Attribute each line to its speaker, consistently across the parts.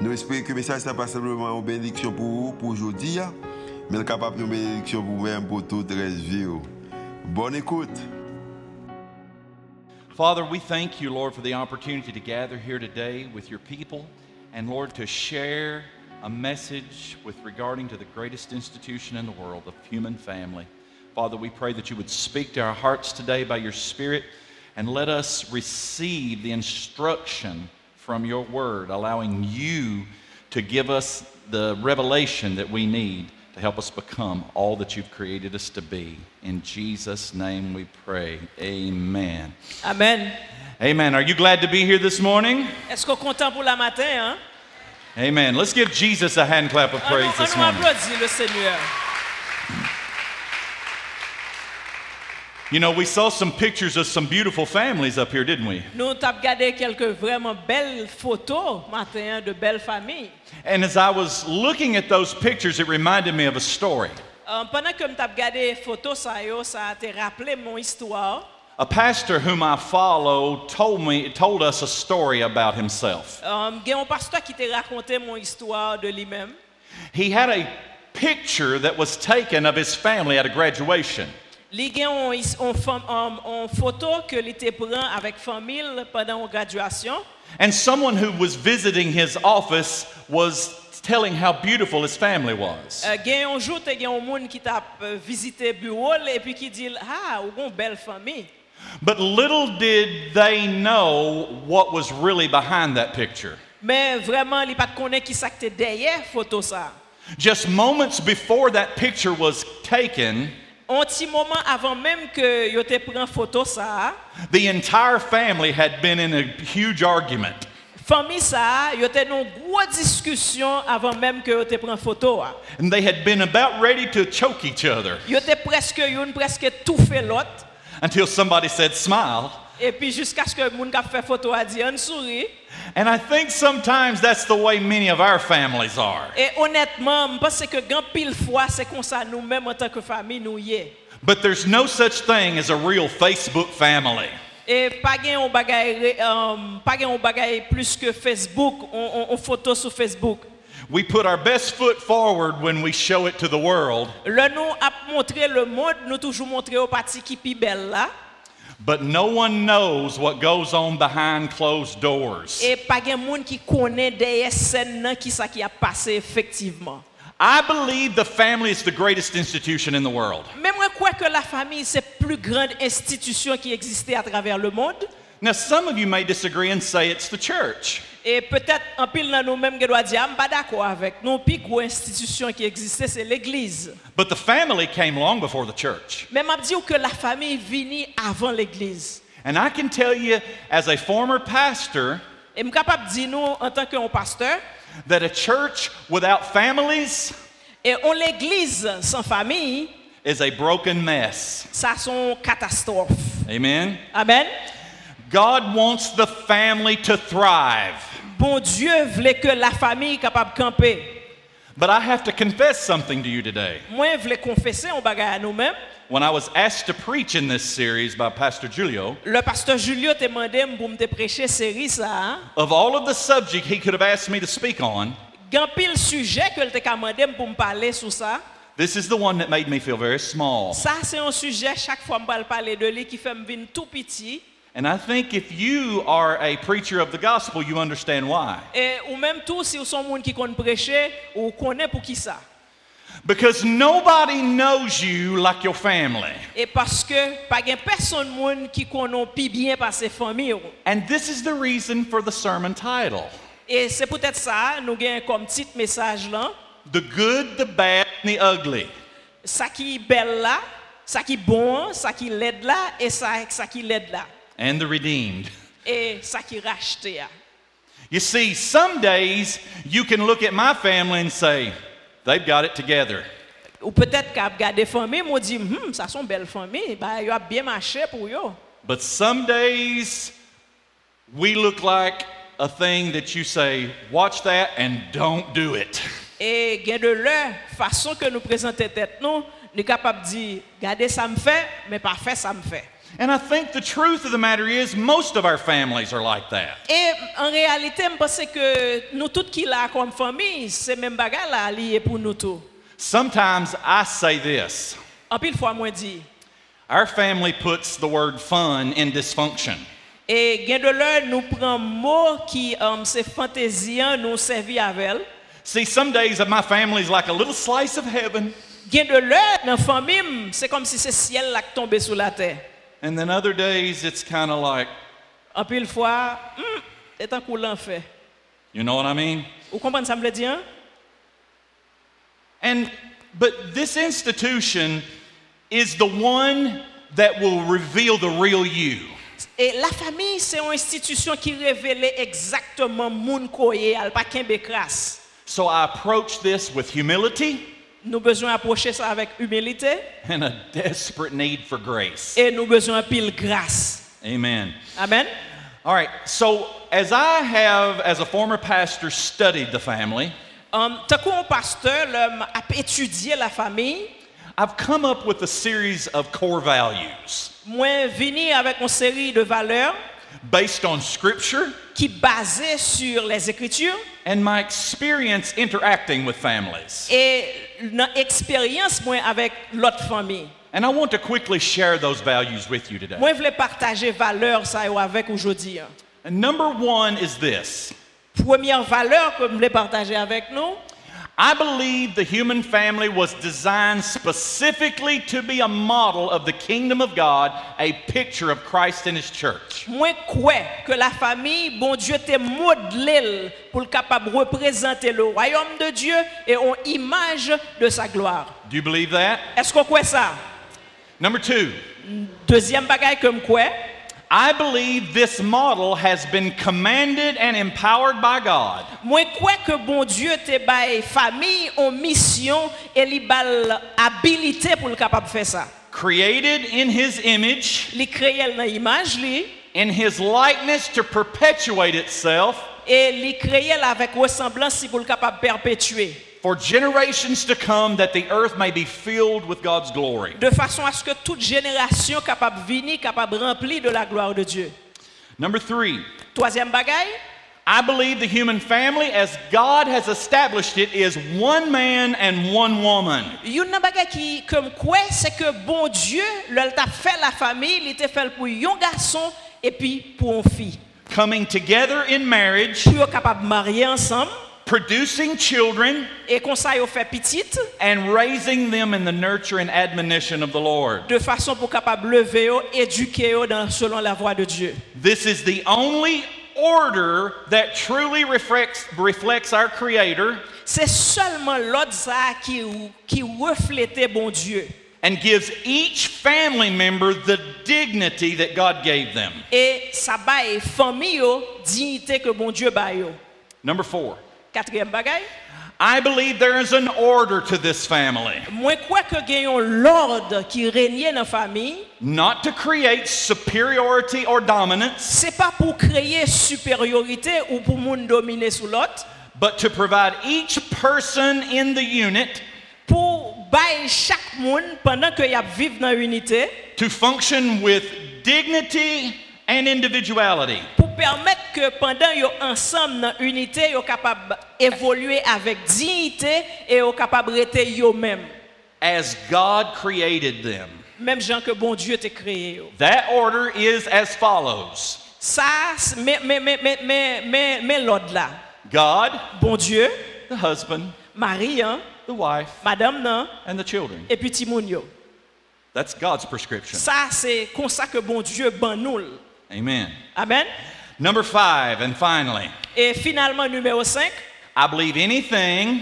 Speaker 1: Nous espérons que le message n'est pas simplement une bénédiction pour vous, pour aujourd'hui, mais capable une bénédiction pour vous-même, pour toute la vie. Bonne écoute.
Speaker 2: Father, we thank you, Lord, for the opportunity to gather here today with your people and, Lord, to share a message with regarding to the greatest institution in the world, the human family. Father, we pray that you would speak to our hearts today by your Spirit and let us receive the instruction from your word, allowing you to give us the revelation that we need to help us become all that you've created us to be. In Jesus' name we pray. Amen.
Speaker 3: Amen.
Speaker 2: Amen. Are you glad to be here this morning?
Speaker 3: Est-ce qu'on est content pour la matin, hein?
Speaker 2: Amen. Let's give Jesus a hand clap of
Speaker 3: On
Speaker 2: praise this morning.
Speaker 3: applaudit le Seigneur.
Speaker 2: You know, we saw some pictures of some beautiful families up here, didn't we?
Speaker 3: Nous avons regardé quelques vraiment belles photos matin hein, de belles familles.
Speaker 2: And as I was looking at those pictures, it reminded me of a story.
Speaker 3: Euh, pendant que nous avons regardé les photos, ça, yo, ça a été rappelé mon histoire.
Speaker 2: A pastor whom I follow told me told us a story about himself.
Speaker 3: Euh, Il y a un pasteur qui t'a raconté mon histoire de lui-même.
Speaker 2: He had a picture that was taken of his family at a graduation.
Speaker 3: Il y a une photo que il t'a pris avec famille pendant une graduation.
Speaker 2: And someone who was visiting his office was telling how beautiful his family was.
Speaker 3: Euh, Il y a un jour, il y a un monde qui t'a euh, visité le bureau et puis qui dit Ah, vous avez une belle famille.
Speaker 2: But little did they know what was really behind that picture.
Speaker 3: Mais vraiment, il pas de connaître qui ça que t'es derrière photo ça.
Speaker 2: Just moments before that picture was taken,
Speaker 3: Un petit moment avant même que yo te prend photo ça,
Speaker 2: the entire family had been in a huge argument.
Speaker 3: famille ça, yo te non gros discussion avant même que yo te prend photo. a.
Speaker 2: And they had been about ready to choke each other
Speaker 3: Yo te presque yo presque tout fait l'autre
Speaker 2: until somebody said, Smile.
Speaker 3: et puis jusqu'à ce que moun qui fait photo a dit on sourit
Speaker 2: And I think sometimes that's the way many of our families are.
Speaker 3: et honnêtement, je pense que grand pile fois c'est comme ça nous-mêmes en tant que famille nous y est.
Speaker 2: But there's no such thing as a real Facebook family.
Speaker 3: Et pas gain on bagaille euh, pas gain on bagaille plus que Facebook, on, on, on photo sur Facebook.
Speaker 2: We put our best foot forward when we show it to the world,
Speaker 3: Le nou ap montre le monde, nou toujou montre ou pati ki pi bel la.
Speaker 2: but no one knows what goes on behind closed doors.
Speaker 3: E pa gen moun ki konen deye sen nan ki sa ki ap pase efektiveman.
Speaker 2: I believe the family is the greatest institution in the world.
Speaker 3: Men mwen kwe ke la fami se plus grande institusyon ki egziste a traver le monde.
Speaker 2: Now, some of you may disagree and say it's the church.
Speaker 3: E petet an pil nan nou menm gen do a di am ba dako avek. Nou pi gwo institusyon ki egziste se l'eglize.
Speaker 2: But the family came long before the church.
Speaker 3: Men map di ou ke la fami vini avan l'eglize.
Speaker 2: And I can tell you, as a former pastor,
Speaker 3: E m kapap di nou an tanke an pasteur,
Speaker 2: that a church without families
Speaker 3: e an l'eglize san fami,
Speaker 2: is a broken mess.
Speaker 3: sa son katastrofe.
Speaker 2: Amen.
Speaker 3: Amen.
Speaker 2: God wants the family to thrive.
Speaker 3: Bon Dieu voulait que la famille soit capable de camper.
Speaker 2: But I have to confess something to you today.
Speaker 3: Moi, je voulais confesser un bagage à nous-mêmes.
Speaker 2: When I was asked to preach in this series by Pastor Julio,
Speaker 3: Le pasteur Julio t'a demandé pour me te prêcher série ça. hein.
Speaker 2: of all of the subject he could have asked me to speak on,
Speaker 3: Gan pile sujet que t'a demandé pour me parler sur ça.
Speaker 2: this is the one that made me feel very small.
Speaker 3: Ça c'est un sujet chaque fois que je parler de lui qui fait me venir tout petit.
Speaker 2: And I think if you are a preacher of the gospel, you understand why.
Speaker 3: Et ou même tout si vous sont monde qui compte prêcher ou connaît pour qui ça.
Speaker 2: Because nobody knows you like your family.
Speaker 3: Et parce que pas gen personne monde qui connaît pi bien par ses familles.
Speaker 2: And this is the reason for the sermon title
Speaker 3: Et c'est peut-être ça nous gagne comme petit message là.
Speaker 2: The Good, the Bad, and the Ugly.
Speaker 3: ça qui est belle là, ça qui est bon, ça qui l'aide là, et ça, ça qui l'aide là,
Speaker 2: and the redeemed.
Speaker 3: et ça qui racheté là.
Speaker 2: You see, some days you can look at my family and say, They've got it together.
Speaker 3: Ou peut-être qu'à regarder famille, m'ont dit, hum, ça sont belles familles, bah, ils ont bien marché pour eux.
Speaker 2: But some days we look like a thing that you say, watch that and don't do it.
Speaker 3: Et gain de l'heure, façon que nous présentons tête nous, nous sommes capables de dire, regardez ça me fait, mais pas fait ça me fait.
Speaker 2: And I think the truth of the matter is, most of our families are like that.
Speaker 3: Et en réalité, je pense que nous tous qui là comme famille, c'est même bagarre là lié pour nous tous.
Speaker 2: Sometimes I say this
Speaker 3: En pile fois moi dit
Speaker 2: our family puts the word fun in dysfunction.
Speaker 3: et gain de l'heure nous prend mot qui euh, c'est fantaisien nous servir avec elle.
Speaker 2: See, some days of my family's like a little slice of heaven,
Speaker 3: Gain de l'heure dans famille, c'est comme si c'est ciel là qui tombait sur la terre.
Speaker 2: and then other days it's kind of like,
Speaker 3: En pile fois, hum, c'est un coup l'enfer.
Speaker 2: you know what I mean?
Speaker 3: Vous comprenez ça me le dire? hein?
Speaker 2: And but this institution is the one that will reveal the real you.
Speaker 3: Et la famille, c'est une institution qui révèle exactement moun koye, al pa kembe kras.
Speaker 2: So I approach this with humility
Speaker 3: Nous besoin approcher ça avec humilité
Speaker 2: and a desperate need for grace.
Speaker 3: et nous besoin pile grâce.
Speaker 2: Amen.
Speaker 3: Amen.
Speaker 2: All right. So as I have as a former pastor studied the family,
Speaker 3: Um, Tant qu'on pasteur l'homme a étudié la famille,
Speaker 2: I've come up with a series of core values
Speaker 3: moi vini avec une série de valeurs
Speaker 2: based on scripture
Speaker 3: qui basées sur les écritures
Speaker 2: and my experience interacting with families.
Speaker 3: et dans expérience moi avec l'autre famille.
Speaker 2: And I want to quickly share those values with you today.
Speaker 3: Moi voulais partager valeurs ça yo avec aujourd'hui. hein.
Speaker 2: And number 1 is this.
Speaker 3: Première valeur que je voulais partager avec nous,
Speaker 2: I believe the human family was designed specifically to be a model of the kingdom of God, a picture of Christ and his church.
Speaker 3: Moi crois que la famille, bon Dieu t'est modelé pour le capable de représenter le royaume de Dieu et en image de sa gloire.
Speaker 2: Do you believe that?
Speaker 3: Est-ce qu'on croit ça
Speaker 2: Number two,
Speaker 3: Deuxième bagaille que me crois,
Speaker 2: I believe this model has been commanded and empowered by God.
Speaker 3: moi crois que bon Dieu t'est bail famille en mission et li bal habilité pour le capable faire ça.
Speaker 2: Created in his image,
Speaker 3: Li créé dans image li
Speaker 2: in his likeness to perpetuate itself
Speaker 3: et li créé avec ressemblance si pour le capable perpétuer.
Speaker 2: for generations to come, that the earth may be filled with God's glory.
Speaker 3: De façon à ce que toute génération capable venir, capable remplie de la gloire de Dieu.
Speaker 2: Number three,
Speaker 3: Troisième bagaille,
Speaker 2: I believe the human family, as God has established it, is one man and one woman.
Speaker 3: Yon nan bagay ki kem kwe, se ke bon Diyo, lèl ta fè la fami, li te fèl pou yon gason, epi pou yon fi.
Speaker 2: Coming together in marriage,
Speaker 3: Pou yo kapab marye ansam,
Speaker 2: producing children,
Speaker 3: e konsa yo fè pitit,
Speaker 2: and raising them in the nurture and admonition of the Lord.
Speaker 3: de fason pou kapab leve yo, eduke yo dans, selon la voie de Diyo.
Speaker 2: This is the only order that truly reflects, reflects our Creator
Speaker 3: Se seulement l'od sa ki, ki reflete bon Diyo.
Speaker 2: and gives each family member the dignity that God gave them.
Speaker 3: E sa baye fami yo, dignite ke bon Diyo baye yo.
Speaker 2: Number four,
Speaker 3: Katryem bagay,
Speaker 2: I believe there is an order to this family.
Speaker 3: mwen kwe ke genyon l'ord ki renyen nan fami,
Speaker 2: not to create superiority or dominance,
Speaker 3: c'est pas pour créer supériorité ou pour moun dominer sous l'autre,
Speaker 2: but to provide each person in the unit
Speaker 3: pour bailler chaque moun pendant que y a vivre dans unité,
Speaker 2: to function with dignity and individuality.
Speaker 3: pour permettre que pendant yo ensemble dans unité, yo capable évoluer avec dignité et yo capable rester yo même,
Speaker 2: As God created them,
Speaker 3: même gens que bon Dieu t'a créé yo.
Speaker 2: that order is as follows
Speaker 3: Ça c'est- mais mais mais mais mais mais, mais l'ordre là,
Speaker 2: God,
Speaker 3: bon Dieu,
Speaker 2: the husband,
Speaker 3: Marie hein,
Speaker 2: the wife,
Speaker 3: madame nan
Speaker 2: and the children.
Speaker 3: et puis Timoun yo.
Speaker 2: That's God's prescription.
Speaker 3: Ça c'est comme ça que bon Dieu ban nous.
Speaker 2: Amen.
Speaker 3: Amen.
Speaker 2: Number five, and finally,
Speaker 3: Et finalement numéro 5
Speaker 2: I believe anything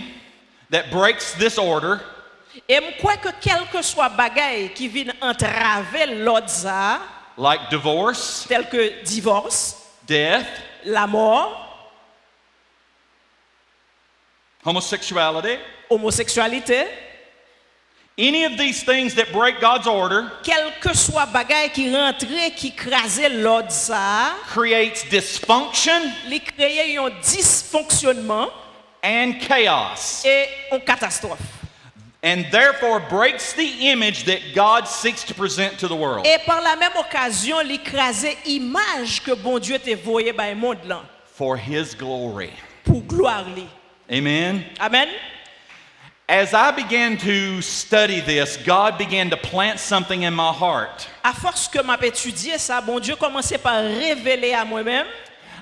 Speaker 2: that breaks this order
Speaker 3: Et je crois que quel que soit bagaille qui vient entraver l'ordre, ça,
Speaker 2: like divorce,
Speaker 3: tel que divorce,
Speaker 2: death,
Speaker 3: la mort,
Speaker 2: homosexuality,
Speaker 3: homosexualité,
Speaker 2: Any of these things that break God's order
Speaker 3: kelke swa bagay ki rentre ki krasè l'od sa,
Speaker 2: creates dysfunction
Speaker 3: li kreye yon disfonksyonman
Speaker 2: and chaos,
Speaker 3: e yon katastrof.
Speaker 2: and therefore breaks the image that God seeks to present to the world.
Speaker 3: E par la mèm okasyon, li krasè imaj ke bon Diyo te voye bay moun lan
Speaker 2: for his glory.
Speaker 3: pou gloar li.
Speaker 2: Amen.
Speaker 3: Amen.
Speaker 2: As I began to study this, God began to plant something in my heart.
Speaker 3: A force ke m ap etudye sa, bon Diyo komanse pa revele a mwen mèm,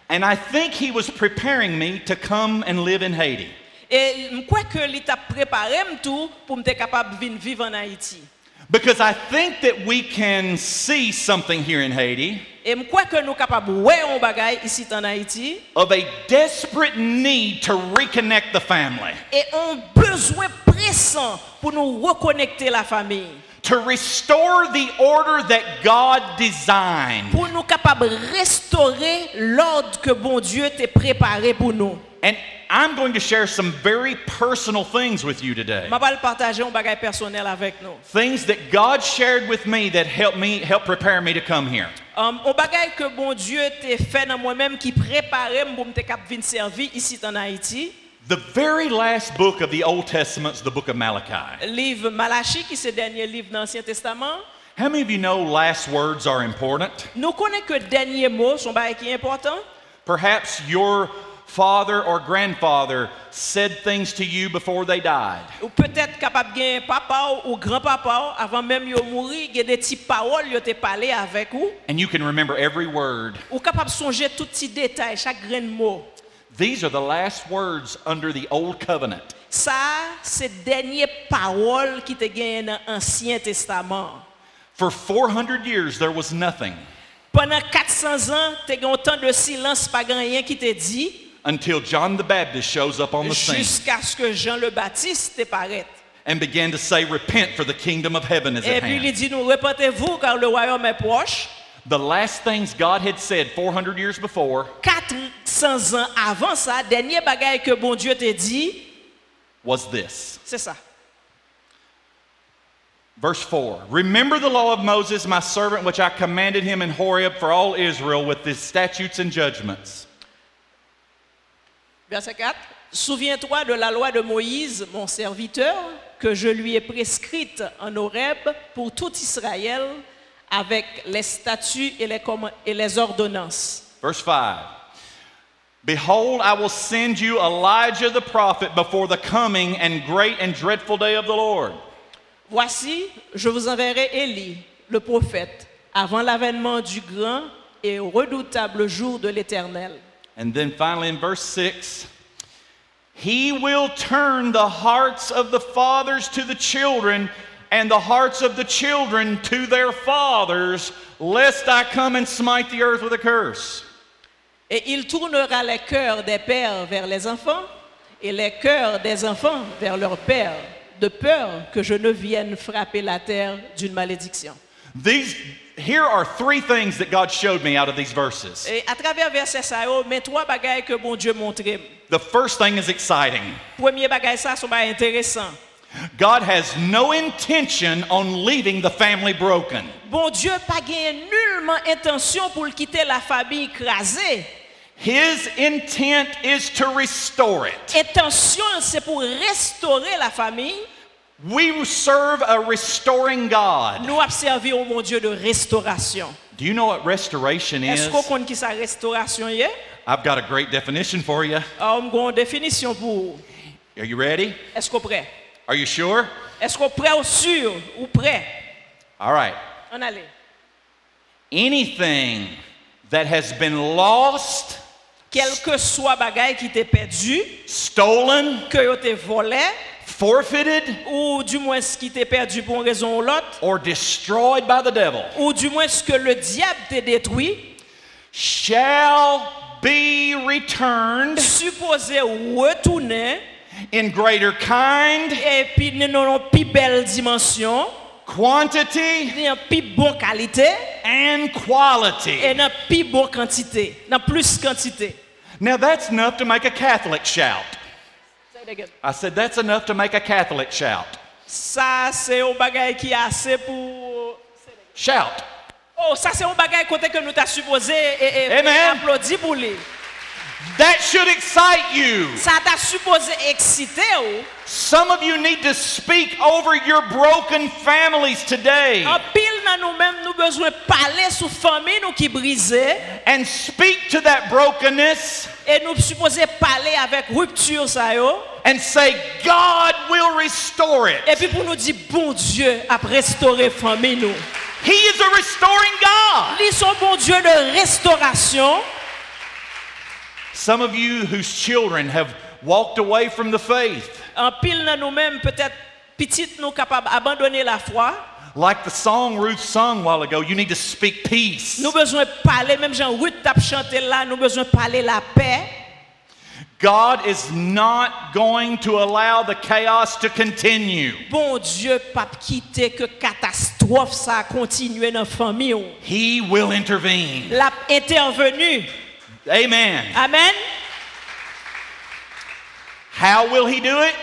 Speaker 2: And I think he was preparing me to come and live in Haiti.
Speaker 3: e m kwe ke li tap prepare m tou pou m te kapab vin viv an Haiti.
Speaker 2: Because I think that we can see something here in Haiti
Speaker 3: E m kwe ke nou kapab wè yon bagay isi tan Haiti,
Speaker 2: of a desperate need to reconnect the family,
Speaker 3: e on bezwen presan pou nou rekonekte la fami,
Speaker 2: to restore the order that God designed.
Speaker 3: pou nou kapab restore l'ordre ke bon Dieu te prepare pou nou.
Speaker 2: And I'm going to share some very personal things with you today.
Speaker 3: Ma pal partaje yon bagay personel avek nou.
Speaker 2: things that God shared with me that helped me help prepare me to come here.
Speaker 3: Um, on bagay ke bon Dieu te fè nan mwen mèm ki prepare m pou m te kap vin servi isi tan Haiti,
Speaker 2: The very last book of the Old Testament's the book of Malachi.
Speaker 3: Liv Malachi ki se denye liv nan Ansyen Testaman,
Speaker 2: How many of you know last words are important?
Speaker 3: nou konen ke denye mou son bagay ki important.
Speaker 2: Perhaps your father or grandfather said things to you before they died.
Speaker 3: Ou peut-être capable gagner papa ou, ou grand-papa ou, avant même yo mouri, gen des petites paroles yo te parlé avec ou.
Speaker 2: And you can remember every word.
Speaker 3: Ou capable songer tout petit détail, chaque grain de mot.
Speaker 2: These are the last words under the Old Covenant.
Speaker 3: Ça, c'est dernière parole qui te gagne dans l'Ancien Testament.
Speaker 2: For 400 years, there was nothing
Speaker 3: Pendant 400 ans, tu as autant de silence, pas grand rien qui te dit,
Speaker 2: until John the Baptist shows up on the scene
Speaker 3: jusqu'à ce que Jean le Baptiste te paraît.
Speaker 2: and began to say, Repent, for the kingdom of heaven is
Speaker 3: Et
Speaker 2: at
Speaker 3: puis il
Speaker 2: hand.
Speaker 3: dit, nous repentez-vous car le royaume est proche.
Speaker 2: The last things God had said 400 years before
Speaker 3: 400 ans avant ça, dernier bagage que bon Dieu te dit,
Speaker 2: was this.
Speaker 3: c'est ça.
Speaker 2: Verse 4 Remember the law of Moses, my servant, which I commanded him in Horeb for all Israel with his statutes and judgments.
Speaker 3: Verset 4. Souviens-toi de la loi de Moïse, mon serviteur, que je lui ai prescrite en Horeb pour tout Israël avec les statuts et les, comm- et les ordonnances.
Speaker 2: Verse 5 Behold, I will send you Elijah the prophet before the coming and great and dreadful day of the Lord.
Speaker 3: Voici, je vous enverrai Élie, le prophète, avant l'avènement du grand et redoutable jour de l'Éternel.
Speaker 2: And then finally in verse 6 He will turn the hearts of the fathers to the children and the hearts of the children to their fathers, lest I come and smite the earth with a curse.
Speaker 3: Et il tournera les cœurs des pères vers les enfants et les cœurs des enfants vers leurs pères, de peur que je ne vienne frapper la terre d'une malédiction.
Speaker 2: These here are three things that God showed me out of these verses.
Speaker 3: Et à travers verset ça, yo, mais trois bagailles que bon Dieu montré.
Speaker 2: The first thing is exciting.
Speaker 3: Premier bagaille ça, sont pas intéressant.
Speaker 2: God has no intention on leaving the family broken.
Speaker 3: Bon Dieu pas gagné nullement intention pour quitter la famille écrasée.
Speaker 2: His intent is to restore it.
Speaker 3: Intention, c'est pour restaurer la famille.
Speaker 2: We serve a restoring God.
Speaker 3: Nous observons au mon Dieu de restauration.
Speaker 2: Do you know what restoration
Speaker 3: Est-ce
Speaker 2: is?
Speaker 3: qu'on connaît qui sa restauration est?
Speaker 2: I've got a great definition for you.
Speaker 3: Ah, on a une définition pour.
Speaker 2: Are you ready?
Speaker 3: Est-ce qu'on prêt?
Speaker 2: Are you sure?
Speaker 3: Est-ce qu'on prêt ou sûr ou prêt?
Speaker 2: All right.
Speaker 3: On allait.
Speaker 2: Anything that has been lost,
Speaker 3: Quel que soit bagaille qui t'est perdu,
Speaker 2: stolen,
Speaker 3: que yo t'es volé,
Speaker 2: forfeited,
Speaker 3: ou du moins ce qui t'est perdu pour une raison ou l'autre,
Speaker 2: or destroyed by the devil
Speaker 3: ou du moins ce que le diable t'a détruit,
Speaker 2: shall be returned
Speaker 3: supposé retourner
Speaker 2: in greater kind,
Speaker 3: et puis nous n'aurons plus belle dimension,
Speaker 2: quantity,
Speaker 3: ni en plus bonne qualité
Speaker 2: and quality.
Speaker 3: et en plus bonne quantité, dans plus quantité.
Speaker 2: Now that's enough to make a Catholic shout.
Speaker 3: Ça it again.
Speaker 2: I said, That's enough to make a Catholic shout.
Speaker 3: Sa se yon bagay ki ase pou...
Speaker 2: Shout.
Speaker 3: Oh, sa se yon bagay kote ke nou ta supose e, e,
Speaker 2: Amen.
Speaker 3: aplodi pou li.
Speaker 2: That should excite you.
Speaker 3: Sa ta oh. supose eksite ou.
Speaker 2: Some of you need to speak over your broken families today
Speaker 3: An pil nan nou men nou bezwen pale sou fami nou ki brize.
Speaker 2: and speak to that brokenness
Speaker 3: E nou supose pale avek ruptur sa yo.
Speaker 2: and say, God will restore it.
Speaker 3: E pi pou nou di bon Diyo ap restore fami nou.
Speaker 2: He is a restoring God.
Speaker 3: Li son bon Diyo de restaurasyon.
Speaker 2: Some of you whose children have walked away from the faith,
Speaker 3: An pil nan nou men peut-et pitit nou kapab abandone la fwa.
Speaker 2: like the song Ruth sung a while ago, you need to speak peace.
Speaker 3: Nou bezwen pale, menm jan wit tap chante la, nou bezwen pale la pe.
Speaker 2: God is not going to allow the chaos to continue.
Speaker 3: Bon Diyo pap kite ke katastrofe sa kontinue nan fami ou.
Speaker 2: He will intervene.
Speaker 3: La intervenu.
Speaker 2: Amen.
Speaker 3: Amen.
Speaker 2: How will he do it?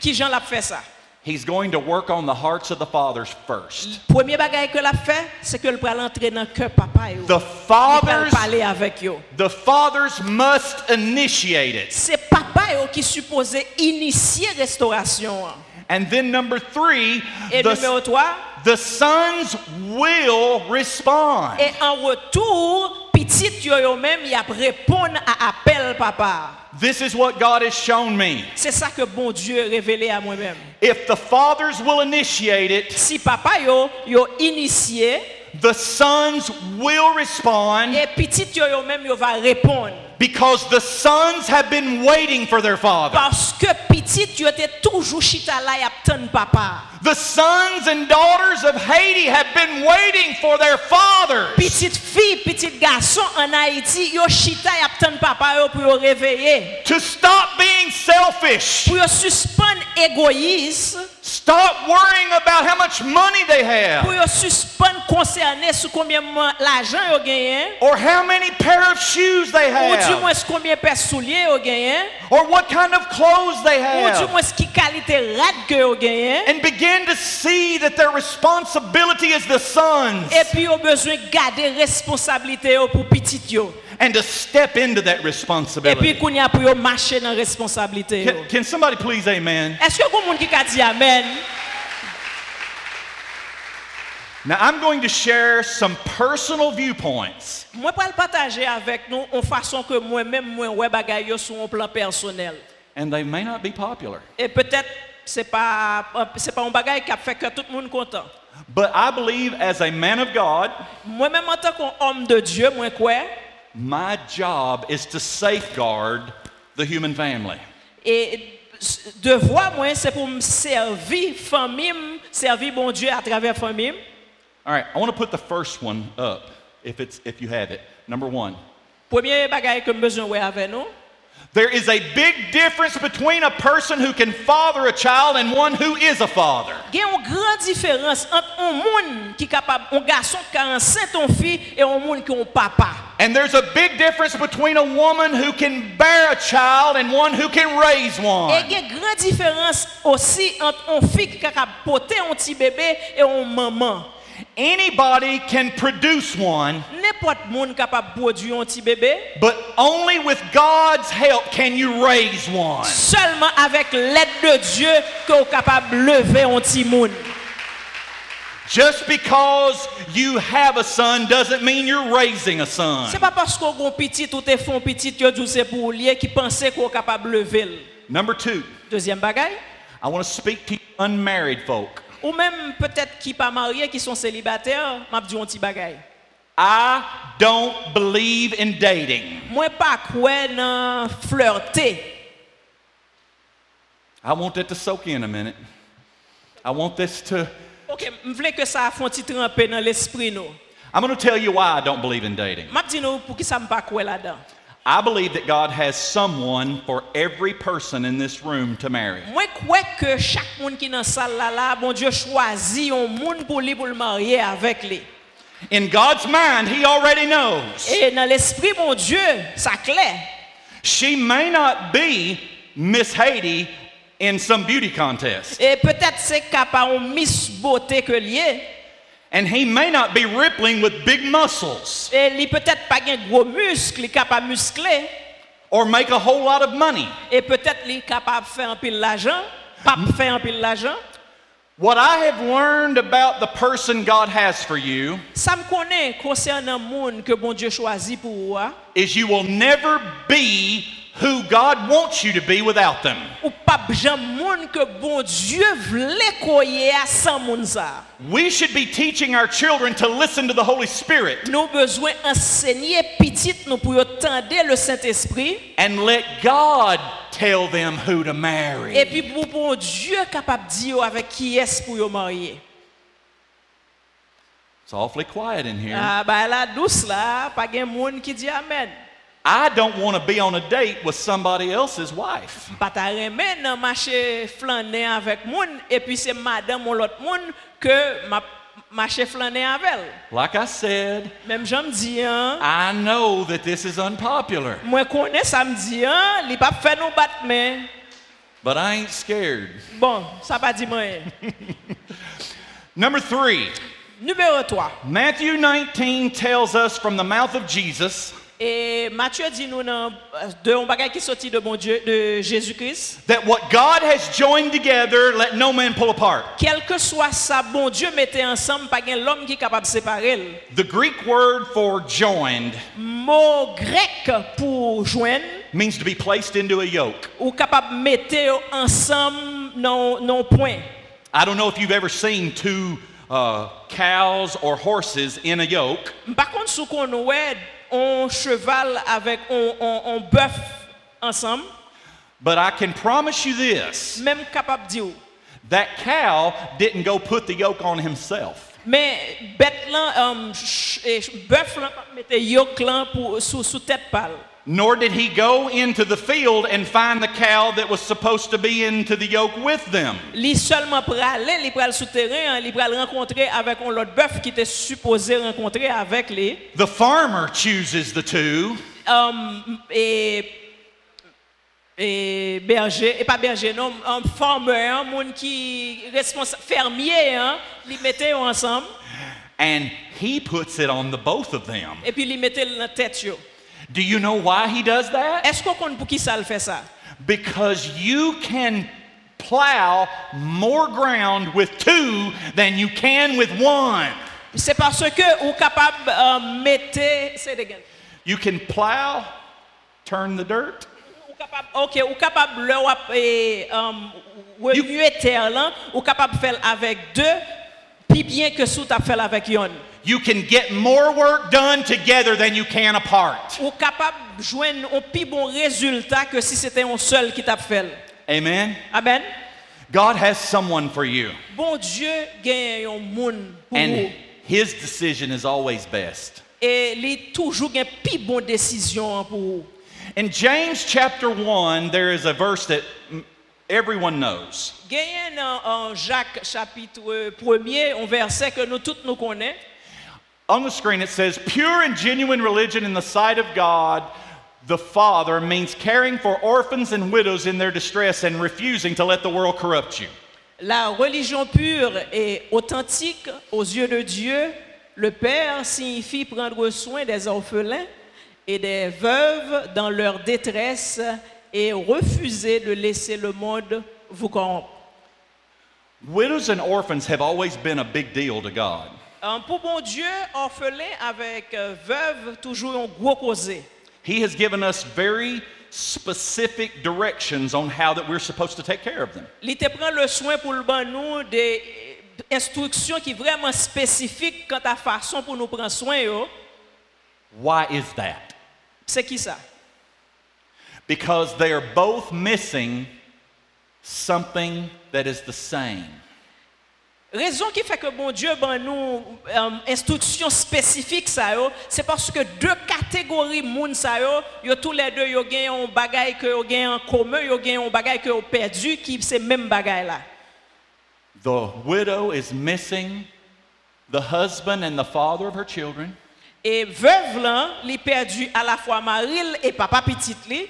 Speaker 3: Ki jan la fe sa?
Speaker 2: He's going to work on the hearts of the fathers first.
Speaker 3: Premier bagay ke la fe, se ke l pral entre nan ke papa yo.
Speaker 2: The
Speaker 3: Li pral
Speaker 2: fathers,
Speaker 3: pale avek yo.
Speaker 2: the fathers must initiate it.
Speaker 3: Se papa yo ki suppose inisye restaurasyon. an.
Speaker 2: And then number 3,
Speaker 3: E
Speaker 2: the,
Speaker 3: numero 3,
Speaker 2: the sons will respond.
Speaker 3: E an retour, pitit yo yo menm yap repon a apel papa.
Speaker 2: This is what God has shown me.
Speaker 3: Se sa ke bon Diyo revele a mwen menm.
Speaker 2: If the fathers will initiate it,
Speaker 3: Si papa yo, yo inisye,
Speaker 2: the sons will respond
Speaker 3: e pitit yo yo menm yo va repon.
Speaker 2: because the sons have been waiting for their father.
Speaker 3: Paske pitit yo te toujou chita la yap ten papa.
Speaker 2: The sons and daughters of Haiti have been waiting for their fathers.
Speaker 3: Pitit fi, pitit gason an Haiti, yo chita yap ten papa yo pou yo reveye.
Speaker 2: to stop being selfish.
Speaker 3: Pou yo suspon egoïs,
Speaker 2: Stop worrying about how much money they
Speaker 3: pou
Speaker 2: have
Speaker 3: yo suspon konserne sou koumyen l'ajan yo genyen.
Speaker 2: or how many pair of shoes they
Speaker 3: Ou du
Speaker 2: have
Speaker 3: moins combien de paires de souliers vous gagnez,
Speaker 2: or what kind of clothes they
Speaker 3: ou du
Speaker 2: have
Speaker 3: moins qui qualité rade que vous gagnez,
Speaker 2: and begin to see that their responsibility is the sons
Speaker 3: et puis vous besoin de garder responsabilité yo pour petit yo.
Speaker 2: and to step into that
Speaker 3: Et puis
Speaker 2: responsibility.
Speaker 3: qu'on y a pour yo marcher dans responsabilité yo.
Speaker 2: Can, can somebody please amen?
Speaker 3: Est-ce que vous monde qui ka dit amen?
Speaker 2: Now I'm going to share some personal viewpoints
Speaker 3: Moi pour le partager avec nous en façon que moi-même moi ouais bagay yo sur un plan personnel.
Speaker 2: and they may not be popular,
Speaker 3: Et peut-être c'est pas c'est pas un bagay qui a fait que tout le monde content.
Speaker 2: but I believe as a man of God,
Speaker 3: Moi-même en tant qu'homme de Dieu, moi quoi?
Speaker 2: My job is to safeguard the human family.
Speaker 3: Et s- devoir, moi, c'est pour me servir famille, m, servir bon Dieu à travers famille. m.
Speaker 2: All right, I want to put the first one up if it's if you have it. Number 1.
Speaker 3: Premier bagage que j'ai besoin ouais avec nous.
Speaker 2: There is a big difference between a person who can father a child and one who is a father.
Speaker 3: Il y a une grande différence entre un monde qui est capable, un garçon qui a un saint ton fille et un monde qui a un papa.
Speaker 2: And there's a big difference between a woman who can bear a child and one who can raise
Speaker 3: Et
Speaker 2: one.
Speaker 3: il y a une grande différence aussi entre un fille qui est capable de porter un petit bébé et un maman.
Speaker 2: Anybody can produce one,
Speaker 3: N'importe qui monde capable de produire un petit bébé,
Speaker 2: but only with God's help can you raise one.
Speaker 3: seulement avec l'aide de Dieu qu'on est capable de lever un petit monde.
Speaker 2: Just because you have a son doesn't mean you're raising a son.
Speaker 3: C'est pas parce qu'on gon petit ou te font petit yo dou c'est pour lier qui pensait qu'on capable lever. l.
Speaker 2: Number two,
Speaker 3: Deuxième bagaille,
Speaker 2: I want to speak to you unmarried folk.
Speaker 3: ou même peut-être qui pas mariés qui sont célibataires, m'a dit un petit bagaille.
Speaker 2: I don't believe in dating.
Speaker 3: Moi pas quoi nan flirter.
Speaker 2: I want that to soak in a minute. I want this to.
Speaker 3: OK, m'vle que ça font petit tremper dans l'esprit nous.
Speaker 2: I'm going to tell you why I don't believe in dating.
Speaker 3: M'a dit nous pour qui ça m'pas quoi là-dedans.
Speaker 2: I believe that God has someone for every person in this room to marry.
Speaker 3: Moi crois que chaque monde qui dans salle là là, bon Dieu choisit un monde pour lui pour le marier avec lui.
Speaker 2: In God's mind, He already knows.
Speaker 3: Et dans l'esprit mon Dieu, ça clair.
Speaker 2: She may not be Miss Haiti in some beauty contest.
Speaker 3: Et peut-être c'est capa on miss beauté que lié.
Speaker 2: And he may not be rippling with big muscles
Speaker 3: Et li peut-être pas un gros muscle, li capable muscler.
Speaker 2: or make a whole lot of money.
Speaker 3: Et peut-être li capable faire un pile l'argent, pas faire un pile l'argent.
Speaker 2: What I have learned about the person God has for you
Speaker 3: Ça me connaît concernant monde que bon Dieu choisit pour moi.
Speaker 2: is you will never be who God wants you to be without them.
Speaker 3: Ou pas jam monde que bon Dieu voulait koyer à sans monde ça.
Speaker 2: We should be teaching our children to listen to the Holy Spirit
Speaker 3: Nous besoin enseigner petit nous pour tendre le Saint-Esprit
Speaker 2: and let God tell them who to
Speaker 3: et
Speaker 2: marry.
Speaker 3: puis pour bon Dieu capable dire avec qui est-ce pour yo marier.
Speaker 2: It's awfully quiet in here.
Speaker 3: Ah bah la douce là, pas gen monde qui dit amen.
Speaker 2: I don't want to be on a date with somebody else's wife.
Speaker 3: Pas ta remen nan marché flaner avec monde et puis c'est madame ou l'autre monde que m'a marché flaner avec elle.
Speaker 2: Like I said,
Speaker 3: Même j'aime dis hein,
Speaker 2: I know that this is unpopular,
Speaker 3: moi connais ça me dit hein, li pas fait nous battre mais
Speaker 2: but I ain't scared.
Speaker 3: bon, ça pas dit moi.
Speaker 2: Number three,
Speaker 3: Numéro 3.
Speaker 2: Matthew 19 tells us from the mouth of Jesus
Speaker 3: Et Matthieu dit nous dans euh, de on bagay qui sorti de mon Dieu de Jésus-Christ,
Speaker 2: that what God has joined together, let no man pull apart.
Speaker 3: quel que soit ça bon Dieu mettait ensemble pas gen l'homme qui capable séparer. l.
Speaker 2: The Greek word for joined
Speaker 3: Mot grec pour joindre
Speaker 2: means to be placed into a yoke.
Speaker 3: ou capable mettre ensemble non non point.
Speaker 2: I don't know if you've ever seen two uh, cows or horses in a yoke,
Speaker 3: Par contre sous qu'on ouais on cheval avec on on, on bœuf ensemble,
Speaker 2: but I can promise you this
Speaker 3: même capable dire ou.
Speaker 2: that cow didn't go put the yoke on himself.
Speaker 3: mais bête là euh, ch- et ch- bœuf là mettait yoke là pour sous sous tête pâle.
Speaker 2: Nor did he go into the field and find the cow that was supposed to be into the yoke with them.
Speaker 3: Li seulement pour aller, li pral souterrain, hein, li pral rencontrer avec un l'autre bœuf qui était supposé rencontrer avec lui.
Speaker 2: The farmer chooses the two,
Speaker 3: um, et, et berger, et pas berger, non, un farmer, un monde qui responsable, fermier, hein, li mettait yo ensemble
Speaker 2: and he puts it on the both of them.
Speaker 3: et puis li mettait dans la tête. yo.
Speaker 2: Do you know why he does that?
Speaker 3: Est-ce qu'on compte pour qui ça le fait ça?
Speaker 2: Because you can plow more ground with two than you can with one.
Speaker 3: C'est parce que ou capable euh, mettre, c'est des gains.
Speaker 2: You can plow, turn the dirt,
Speaker 3: Ou capable, ok, ou capable le wap, et, um, remuer terre là, ou capable faire avec deux, puis bien que sous t'as fait avec yon.
Speaker 2: You can get more work done together than you can apart.
Speaker 3: Ou capable joindre un plus bon résultat que si c'était un seul qui t'a fait.
Speaker 2: Amen.
Speaker 3: Amen.
Speaker 2: God has someone for you,
Speaker 3: Bon Dieu gagne un monde pour
Speaker 2: and
Speaker 3: vous.
Speaker 2: His decision is always best.
Speaker 3: Et il est toujours une plus bonne décision pour vous.
Speaker 2: In James chapter 1, there is a verse that mm, everyone knows.
Speaker 3: Gagne dans en Jacques chapitre 1er, un verset que nous tous nous connaissons.
Speaker 2: On the screen, it says, Pure and genuine religion in the sight of God the Father means caring for orphans and widows in their distress and refusing to let the world corrupt you.
Speaker 3: La religion pure et authentique aux yeux de Dieu, le Père, signifie prendre soin des orphelins et des veuves dans leur détresse et refuser de laisser le monde vous corrompre.
Speaker 2: Widows and orphans have always been a big deal to God.
Speaker 3: Euh, Pour bon Dieu, orphelin avec euh, veuve, toujours un gros causé.
Speaker 2: He has given us very specific directions on how that we're supposed to take care of them.
Speaker 3: Il te prend le soin pour le bon nous des euh, instructions qui vraiment spécifiques quant à façon pour nous prendre soin. yo.
Speaker 2: Why is that?
Speaker 3: C'est qui ça?
Speaker 2: Because they are both missing something that is the same.
Speaker 3: Raison qui fait que bon Dieu ban nous euh, instruction spécifique ça yo, c'est parce que deux catégories moun ça yo, yo tous les deux yo gagne un bagay que yo gagne en commun, yo gagne un bagay que yo perdu qui c'est même bagay là.
Speaker 2: The widow is missing the husband and the father of her children,
Speaker 3: Et veuve là, li perdu à la fois Maril et papa petite li,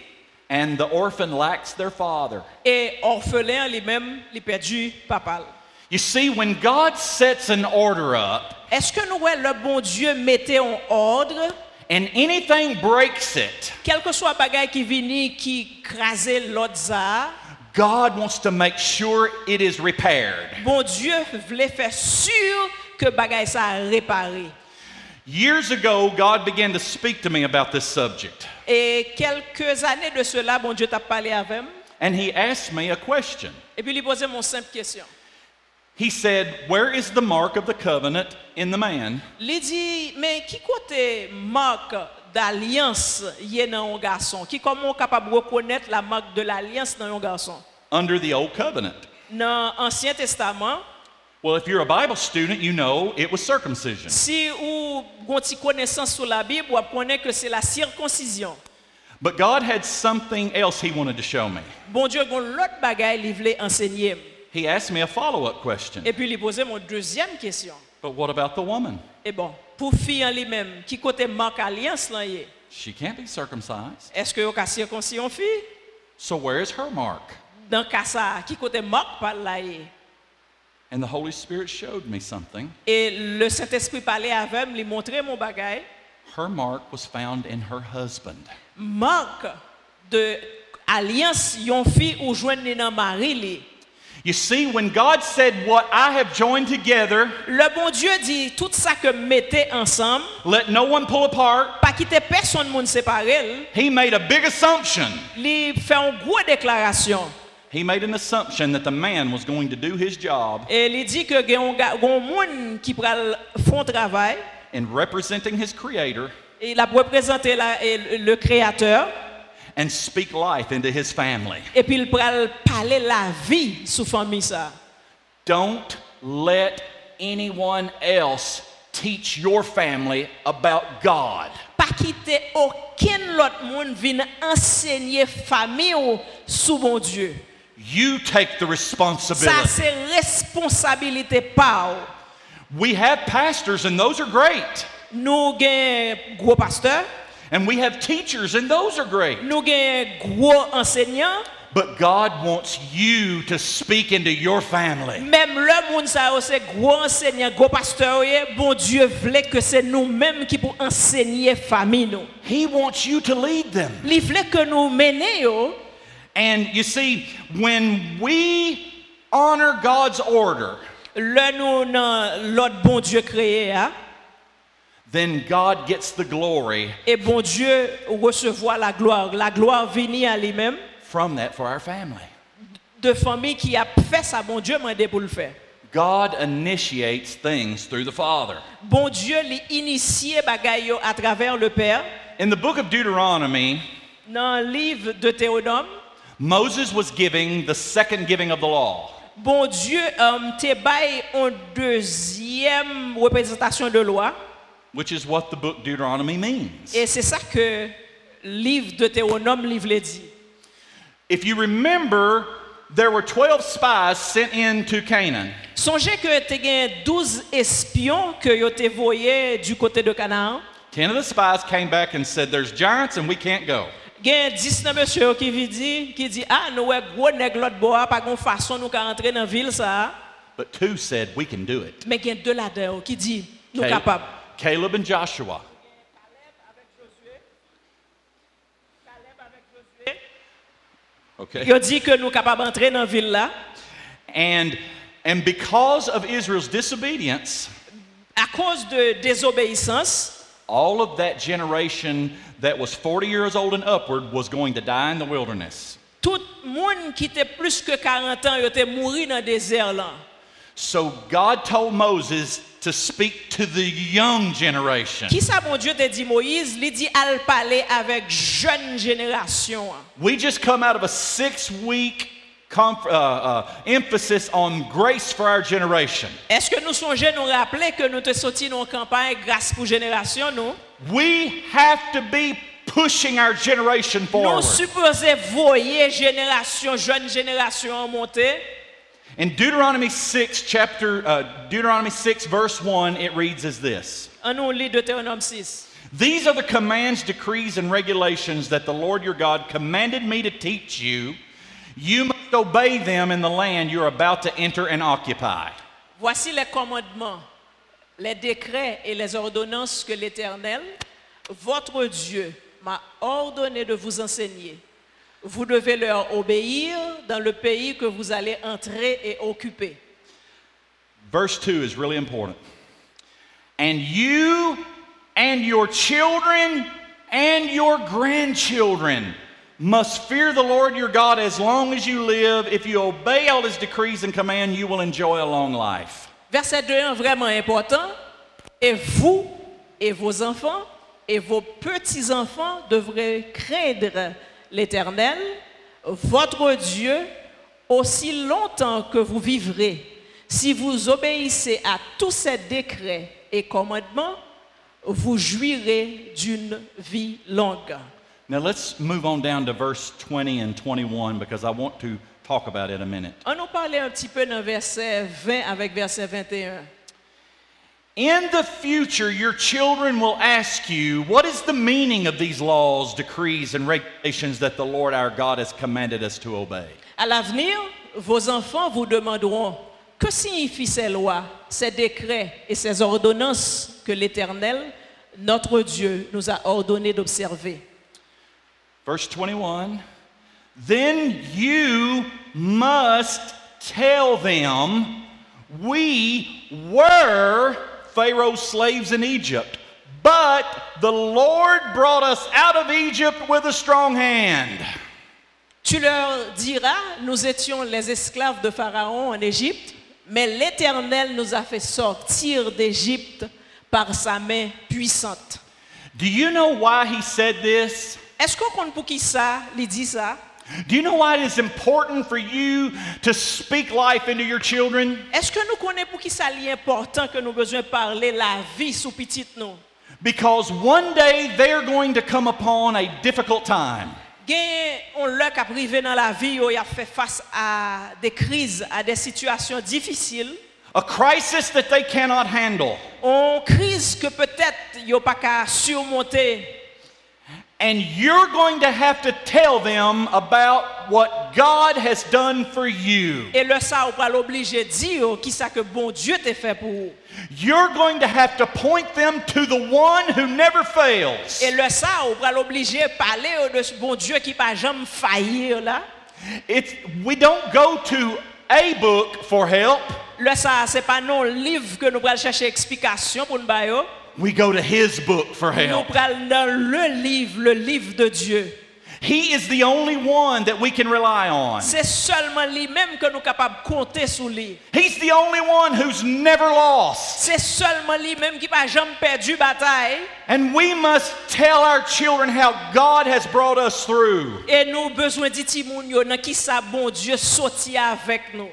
Speaker 2: and the orphan lacks their father.
Speaker 3: Et orphelin lui-même, il perdu papa.
Speaker 2: You see, when God sets an order up
Speaker 3: Est-ce que nous, ouais, le bon Dieu mettait en ordre,
Speaker 2: and anything breaks it,
Speaker 3: quel que soit bagaille qui vini, qui crasait l'autre ça,
Speaker 2: God wants to make sure it is repaired.
Speaker 3: bon Dieu voulait faire sûr que bagaille ça a réparé.
Speaker 2: Years ago, God began to speak to me about this subject,
Speaker 3: Et quelques années de cela, bon Dieu t'a parlé avec moi.
Speaker 2: and He asked me a question.
Speaker 3: Et puis, il lui posait mon simple question.
Speaker 2: He said, Where is the mark of the covenant in the man?
Speaker 3: Il dit, mais qui côté marque d'alliance y est dans un garçon? Qui comment capable de reconnaître la marque de l'alliance dans un garçon?
Speaker 2: under the old covenant.
Speaker 3: Dans l'Ancien Testament,
Speaker 2: Well, if you're a Bible student, you know it was circumcision.
Speaker 3: si ou gon ti connaissance sur la Bible, ou connaît que c'est la circoncision.
Speaker 2: But God had something else He wanted to show me.
Speaker 3: Bon Dieu, gon l'autre bagaille il voulait enseigner.
Speaker 2: He asked me a follow up question.
Speaker 3: Et puis, il posait mon deuxième question.
Speaker 2: But what about the woman?
Speaker 3: Et Eh bon, pour fille en lui-même, qui côté marque alliance là y est?
Speaker 2: She can't be circumcised.
Speaker 3: Est-ce que vous avez circoncis une fille?
Speaker 2: So where is her mark?
Speaker 3: Dans le cas ça, qui côté marque par là eh. y est?
Speaker 2: And the Holy Spirit showed me something.
Speaker 3: Et le Saint-Esprit parlait avec moi, lui montrait mon bagage.
Speaker 2: Her mark was found in her husband.
Speaker 3: Manque de alliance yon fi ou joindre dans mari eh. li.
Speaker 2: You see, when God said, What I have joined together,
Speaker 3: Le bon Dieu dit tout ça que mettez ensemble,
Speaker 2: let no one pull apart,
Speaker 3: pas quitter personne moun séparé.
Speaker 2: He made a big assumption.
Speaker 3: Li fait une grosse déclaration
Speaker 2: He made an assumption that the man was going to do his job
Speaker 3: et il dit que gen gon moun qui pral font travail
Speaker 2: in representing his creator
Speaker 3: et il a représenté la- et le créateur
Speaker 2: and speak life into his family.
Speaker 3: et puis il pral parler la vie sous famille ça.
Speaker 2: Don't let anyone else teach your family about God.
Speaker 3: pas quitter aucun autre monde vienne enseigner famille ou sous bon Dieu.
Speaker 2: You take the Ah,
Speaker 3: Ça
Speaker 2: responsibility.
Speaker 3: c'est responsabilité par. ou.
Speaker 2: We have pastors, and those are great.
Speaker 3: Nous gain gros pasteur,
Speaker 2: And we have teachers, and those are great.
Speaker 3: nous gain gros enseignant,
Speaker 2: But God wants you to speak into your family.
Speaker 3: même le monde ça yo, c'est gros enseignant, gros pasteur, yo, bon Dieu voulait que c'est nous-mêmes qui pour enseigner famille nous.
Speaker 2: He wants you to lead them.
Speaker 3: Il voulait que nous menions
Speaker 2: And you see, when we honor God's order,
Speaker 3: le nous dans l'autre bon Dieu créé hein,
Speaker 2: then God gets the glory
Speaker 3: et bon Dieu recevoir la gloire, la gloire venir à lui-même.
Speaker 2: from that for our family.
Speaker 3: de famille qui a fait ça, bon Dieu m'a demandé pour le faire.
Speaker 2: God initiates things through the Father.
Speaker 3: Bon Dieu l'a initié bagay yo à travers le Père.
Speaker 2: In the book of Deuteronomy,
Speaker 3: Dans le livre de Théodome,
Speaker 2: Moses was giving the second giving of the law.
Speaker 3: bon Dieu um, te bail en deuxième représentation de loi.
Speaker 2: Which is what the book Deuteronomy means.
Speaker 3: Et c'est ça que le livre de Théodome livre le dit.
Speaker 2: If you remember, there were 12 spies sent into Canaan.
Speaker 3: Songez que tu as 12 espions que yo te voyé du côté de Canaan.
Speaker 2: 10 of the spies came back and said, There's giants and we can't go.
Speaker 3: Gen 19 monsieur yo qui vi dit qui dit ah nous ouais gros nèg l'autre bois pas gon façon nous ka rentrer dans ville ça.
Speaker 2: But two said, We can do it.
Speaker 3: Mais il y a deux là-dedans qui dit nous
Speaker 2: Ca-
Speaker 3: capables.
Speaker 2: Caleb and Joshua.
Speaker 3: Il
Speaker 2: Okay.
Speaker 3: a dit que nous capables d'entrer dans la ville là.
Speaker 2: And and because of Israel's disobedience,
Speaker 3: À cause de désobéissance,
Speaker 2: All of that generation that was 40 years old and upward was going to die in the wilderness.
Speaker 3: tout le monde qui était plus que 40 ans, il était mort dans le désert là.
Speaker 2: So God told Moses to speak to the young generation.
Speaker 3: Qui ça, mon Dieu, t'a dit Moïse Il dit à parler avec jeune génération. hein.
Speaker 2: We just come out of a six week conf- uh, uh, emphasis on grace for our generation.
Speaker 3: Est-ce que nous songeons nous rappeler que nous te sortis dans une campagne grâce pour génération nous
Speaker 2: We have to be pushing our generation
Speaker 3: Nous
Speaker 2: forward.
Speaker 3: supposons voyer génération, jeune génération en montée.
Speaker 2: In Deuteronomy 6, chapter, uh, Deuteronomy 6, verse 1, it reads as this
Speaker 3: En nous lit Deutéronome 6.
Speaker 2: These are the commands, decrees, and regulations that the Lord your God commanded me to teach you. You must obey them in the land you're about to enter and occupy.
Speaker 3: Voici les commandements, les décrets et les ordonnances que l'Éternel, votre Dieu, m'a ordonné de vous enseigner. Vous devez leur obéir dans le pays que vous allez entrer et occuper.
Speaker 2: Verse 2 is really important. And you and your children and your grandchildren must fear the Lord your God as long as you live. If you obey all his decrees and command, you will enjoy a long life.
Speaker 3: Verset 2 est vraiment important. Et vous et vos enfants et vos petits-enfants devrez craindre l'Éternel, votre Dieu, aussi longtemps que vous vivrez. Si vous obéissez à tous ces décrets et commandements, vous jouirez d'une vie longue.
Speaker 2: Now let's move on down to verse 20 and 21 because I want to talk about it a minute.
Speaker 3: On nous parlait un petit peu dans verset 20 avec verset 21.
Speaker 2: In the future, your children will ask you, What is the meaning of these laws, decrees, and regulations that the Lord our God has commanded us to obey?
Speaker 3: À l'avenir, vos enfants vous demanderont que signifient ces lois, ces décrets et ces ordonnances que l'Éternel, notre Dieu, nous a ordonné d'observer.
Speaker 2: Verse 21 Then you must tell them, We were Pharaoh's slaves in Egypt, but the Lord brought us out of Egypt with a strong hand.
Speaker 3: Tu leur diras, nous étions les esclaves de Pharaon en Égypte, mais l'Éternel nous a fait sortir d'Égypte par sa main puissante.
Speaker 2: Do you know why he said this?
Speaker 3: Est-ce qu'on compte pour qui ça, il dit ça?
Speaker 2: Do you know why it is important for you to speak life into your children?
Speaker 3: Est-ce que nous connaissons pour qui ça est important que nous besoin parler la vie sous petite nous?
Speaker 2: Because one day they're going to come upon a difficult time.
Speaker 3: Gain, on l'a qu'à privé dans la vie, où il a fait face à des crises, à des situations difficiles.
Speaker 2: A crisis that they cannot handle.
Speaker 3: On crise que peut-être il a pas qu'à surmonter.
Speaker 2: And you're going to have to tell them about what God has done for you.
Speaker 3: Et e le ça, on va l'obliger de dire qui ça que bon Dieu t'a fait pour eux.
Speaker 2: You're going to have to point them to the one who never fails.
Speaker 3: Et E le ça, on va l'obliger de parler de ce bon Dieu qui va jamais faillir là.
Speaker 2: It's, we don't go to a book for help,
Speaker 3: Le ça, c'est pas non livre que nous allons chercher explication pour nous bailler.
Speaker 2: we go to His book for
Speaker 3: Nous
Speaker 2: help.
Speaker 3: prenons dans le livre, le livre de Dieu.
Speaker 2: He is the only one that we can rely on.
Speaker 3: C'est seulement lui-même que nous sommes capables de compter sur lui.
Speaker 2: He's the only one who's never lost.
Speaker 3: C'est seulement lui-même qui n'a jamais perdu bataille.
Speaker 2: And we must tell our children how God has brought us through.
Speaker 3: Et nous avons besoin de Timounio dans qui ça bon Dieu sorti avec nous.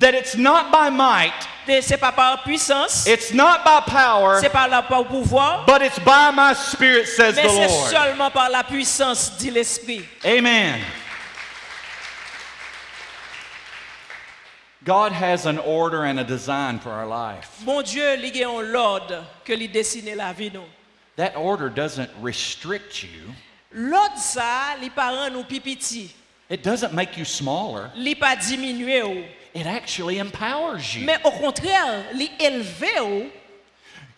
Speaker 2: That it's not by might,
Speaker 3: Ce n'est pas par puissance, ce
Speaker 2: it's not by power,
Speaker 3: n'est pas là par pouvoir,
Speaker 2: but it's by my spirit, says the
Speaker 3: mais c'est
Speaker 2: Lord.
Speaker 3: seulement par la puissance, dit l'Esprit.
Speaker 2: Amen. God has an order and a design for our life.
Speaker 3: Bon Dieu, il y a un l'ordre que lui dessine la vie nous.
Speaker 2: That order doesn't restrict you,
Speaker 3: L'ordre ça, il pas rend nous pipiti,
Speaker 2: it doesn't make you smaller,
Speaker 3: il pas diminué ou.
Speaker 2: it actually empowers you.
Speaker 3: Mais au contraire, il élevé ou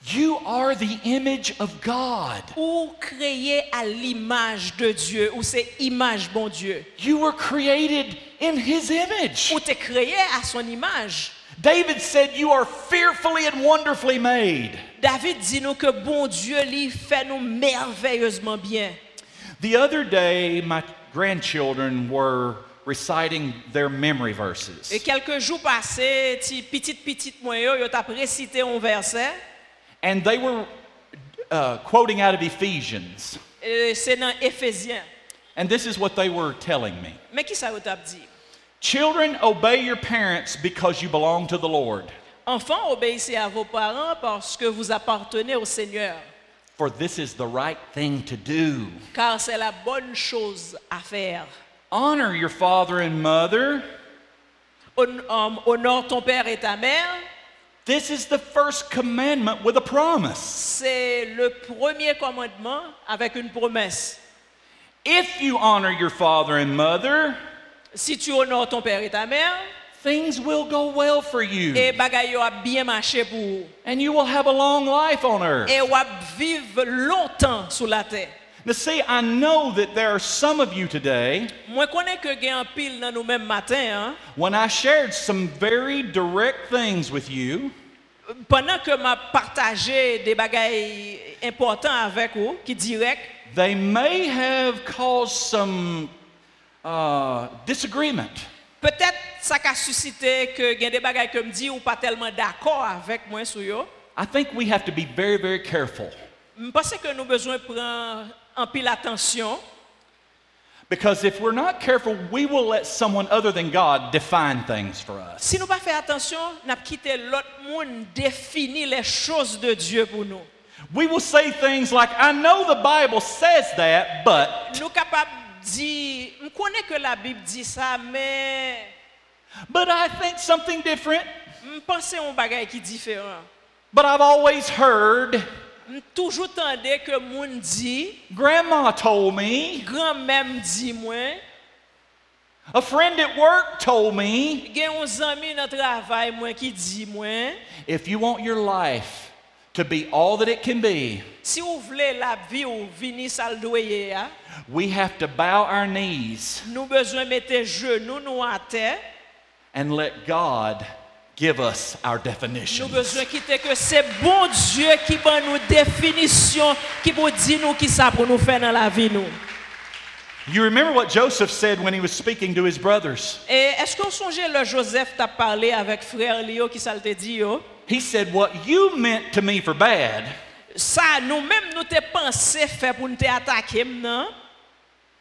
Speaker 2: You are the image of God.
Speaker 3: ou créé à l'image de Dieu, ou c'est image bon Dieu.
Speaker 2: You were created in His image.
Speaker 3: Ou t'es créé à son image.
Speaker 2: David said, You are fearfully and wonderfully made.
Speaker 3: David dit nous que bon Dieu lui fait nous merveilleusement bien.
Speaker 2: The other day, my grandchildren were reciting their memory verses.
Speaker 3: Et quelques jours passés, ti petite petite moi yo, yo t'a récité un verset,
Speaker 2: And they were uh, quoting out of Ephesians.
Speaker 3: euh, c'est dans Éphésiens.
Speaker 2: And this is what they were telling me
Speaker 3: Mais qui ça yo t'a dit
Speaker 2: Children, obey your parents because you belong to the Lord,
Speaker 3: Enfants, obéissez à vos parents parce que vous appartenez au Seigneur,
Speaker 2: for this is the right thing to do.
Speaker 3: car c'est la bonne chose à faire.
Speaker 2: Honor your father and mother.
Speaker 3: Hon- hum, Honore ton père et ta mère
Speaker 2: This is the first commandment with a promise.
Speaker 3: C'est le premier commandement avec une promesse.
Speaker 2: If you honor your father and mother,
Speaker 3: Si tu honores ton père et ta mère,
Speaker 2: things will go well for you
Speaker 3: et bagay yo ap bien marché pour ou.
Speaker 2: and you will have a long life on earth.
Speaker 3: Et ou ap vive longtemps sous la terre.
Speaker 2: Now, see, I know that there are some of you today,
Speaker 3: Mwen konen ke gen an pil nan nou menm matin,
Speaker 2: when I shared some very direct things with you,
Speaker 3: hein, pendant que m'a partagé des bagay importants avec ou, qui direct,
Speaker 2: they may have caused some uh, disagreement.
Speaker 3: peut-être ça a suscité que gen des bagay que me dit ou pas tellement d'accord avec moi sou yo.
Speaker 2: I think we have to be very, very careful
Speaker 3: Je pense que nous besoin prendre en pile attention
Speaker 2: because if we're not careful, we will let someone other than God define things for us.
Speaker 3: Si nous pas faire attention, n'a quitté l'autre monde définir les choses de Dieu pour nous.
Speaker 2: We will say things like, I know the Bible says that, but,
Speaker 3: Nous capables de dire, je connais que la Bible dit ça, mais
Speaker 2: but I think something different,
Speaker 3: je pense un bagage qui est différent.
Speaker 2: but I've always heard,
Speaker 3: Je toujours tendais que monde dit,
Speaker 2: Grandma told me,
Speaker 3: grand-mère me dit moi,
Speaker 2: a friend at work told me,
Speaker 3: j'ai un ami dans le travail moi qui dit moi,
Speaker 2: if you want your life to be all that it can be,
Speaker 3: si vous voulez la vie ou venir sal doyer, hein,
Speaker 2: we have to bow our knees
Speaker 3: nous besoin mettre genoux nous à terre,
Speaker 2: and let God give us our
Speaker 3: Nous
Speaker 2: definition.
Speaker 3: besoin quitter que c'est bon Dieu qui prend nos définitions, qui pour dire nous qui ça pour nous faire dans la vie nous.
Speaker 2: You remember what Joseph said when he was speaking to his brothers?
Speaker 3: Et est-ce qu'on songeait le Joseph t'a parlé avec frère Léo qui ça le te dit yo?
Speaker 2: He said, What you meant to me for bad,
Speaker 3: Ça nous-mêmes nous t'es pensé faire pour nous te attaquer non?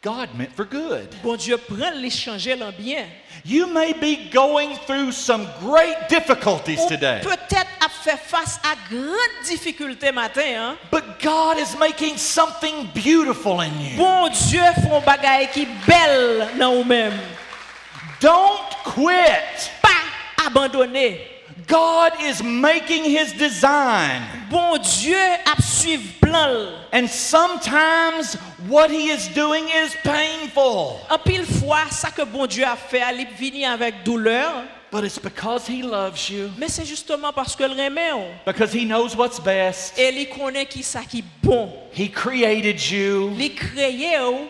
Speaker 2: God meant for good.
Speaker 3: Bon Dieu prend les changer l'en bien.
Speaker 2: You may be going through some great difficulties
Speaker 3: Ou
Speaker 2: today,
Speaker 3: peut-être à faire face à grandes difficultés matin hein?
Speaker 2: but God is making something beautiful in you.
Speaker 3: Bon Dieu font bagaille qui belle dans nous-mêmes.
Speaker 2: Don't quit.
Speaker 3: Pas abandonner.
Speaker 2: God is making his design.
Speaker 3: Bon Dieu a suivre plan. l.
Speaker 2: And sometimes what he is doing is painful,
Speaker 3: En pile fois, ça que bon Dieu a fait, il vini avec douleur,
Speaker 2: but it's because he loves you,
Speaker 3: mais c'est justement parce que le remet. hein?
Speaker 2: because he knows what's best.
Speaker 3: Et il connaît qui ça qui bon.
Speaker 2: He created you,
Speaker 3: Il créé, ou,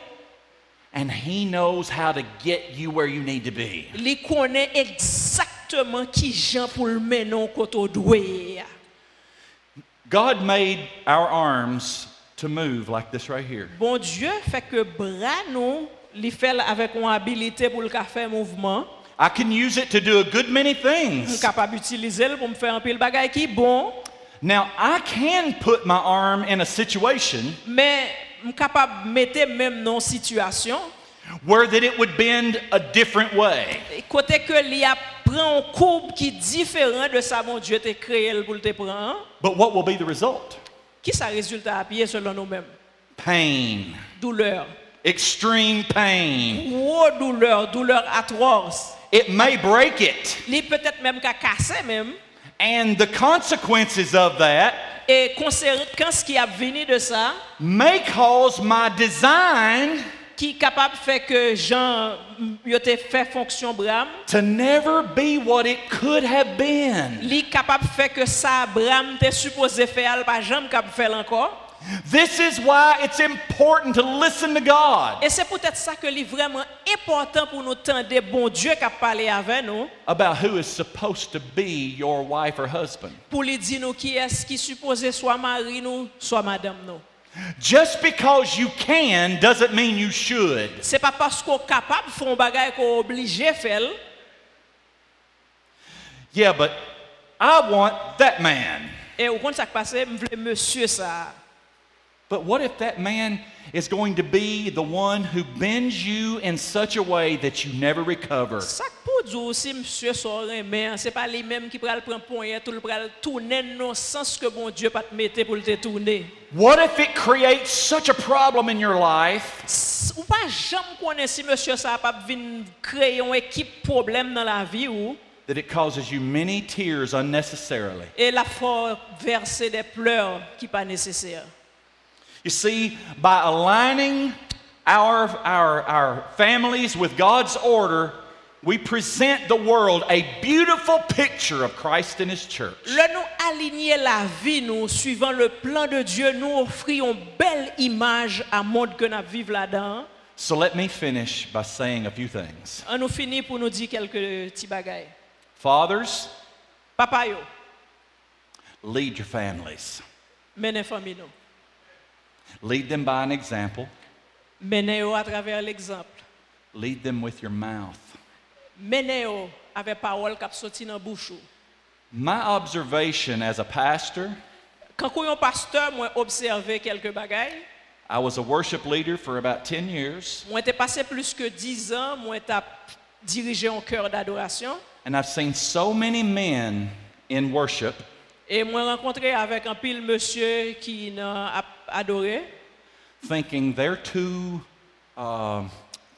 Speaker 2: and he knows how to get you where you need to be.
Speaker 3: il connaît exactement qui Jean pour le menon côté doué.
Speaker 2: God made our arms to move like this right here.
Speaker 3: Bon Dieu fait que bras nous, il fait avec une habilité pour le faire mouvement.
Speaker 2: I can use it to do a good many
Speaker 3: Je suis
Speaker 2: things.
Speaker 3: capable d'utiliser le pour me faire un pile bagaille qui bon,
Speaker 2: Now, I can put my arm in a situation
Speaker 3: mais je suis capable de mettre même dans une situation
Speaker 2: where that it would bend a different way.
Speaker 3: Côté que l'y a prend une courbe qui est différente de ça, mon Dieu, t'es créé le pour te prendre.
Speaker 2: But what will be the result?
Speaker 3: Qui ça résultat à pied selon nous-mêmes?
Speaker 2: Pain.
Speaker 3: Douleur.
Speaker 2: Extreme pain.
Speaker 3: Gros douleur, douleur atroce.
Speaker 2: It may break it.
Speaker 3: Li peut-être même qu'à casser même.
Speaker 2: And the consequences of that
Speaker 3: Et conséquence qui a venu de ça,
Speaker 2: may cause my design
Speaker 3: qui est capable de faire que Jean, mm, yo te fait fonction Bram,
Speaker 2: to never be what it could have been.
Speaker 3: li capable de faire que ça Bram t'es supposé faire, elle pas jamais capable de faire encore.
Speaker 2: This is why it's important to listen to God
Speaker 3: Et c'est peut-être ça que est vraiment important pour nous tendre bon Dieu qui a parlé avec nous.
Speaker 2: about who is supposed to be your wife or husband.
Speaker 3: pour lui dire nous qui est-ce qui supposé soit mari nous, soit madame nous.
Speaker 2: Just because you can doesn't mean you should.
Speaker 3: C'est pas parce qu'on est capable de faire un bagage qu'on est obligé de faire.
Speaker 2: Yeah, but I want that man.
Speaker 3: Et au compte ça qui passe, je voulais monsieur ça.
Speaker 2: But what if that man is going to be the one who bends you in such a way that you never recover?
Speaker 3: Ça que pour dire si monsieur sort mais c'est pas lui même qui prend le point, hein, tout le prend le tourner non sens que bon Dieu pas te mettre pour te tourner.
Speaker 2: What if it creates such a problem in your life
Speaker 3: S- Ou pas jamais connaître si monsieur ça pas venir créer un équipe problème dans la vie ou
Speaker 2: that it causes you many tears unnecessarily.
Speaker 3: et la faut verser des pleurs qui pas nécessaires.
Speaker 2: You see, by aligning our, our, our families with God's order, we present the world a beautiful picture of Christ and His church.
Speaker 3: Le nous aligner la vie, nous, suivant le plan de Dieu, nous offrions belle image à monde que nous vivons là-dedans. hein.
Speaker 2: So let me finish by saying a few things.
Speaker 3: On nous finit pour nous dire quelques petits bagailles.
Speaker 2: Fathers,
Speaker 3: Papa yo,
Speaker 2: lead your families,
Speaker 3: menez famille nous.
Speaker 2: lead them by an example,
Speaker 3: Menez yo à travers l'exemple.
Speaker 2: lead them with your mouth.
Speaker 3: Menez yo avec parole qui sorti dans la bouche. ou.
Speaker 2: My observation as a pastor,
Speaker 3: Quand on pasteur, moi observé quelques bagailles.
Speaker 2: I was a worship leader for about 10 years,
Speaker 3: Moi t'ai passé plus que 10 ans, moi t'ai dirigé un cœur d'adoration
Speaker 2: and I've seen so many men in worship
Speaker 3: et moi rencontré avec un pile monsieur qui n'a adoré.
Speaker 2: thinking they're too, um,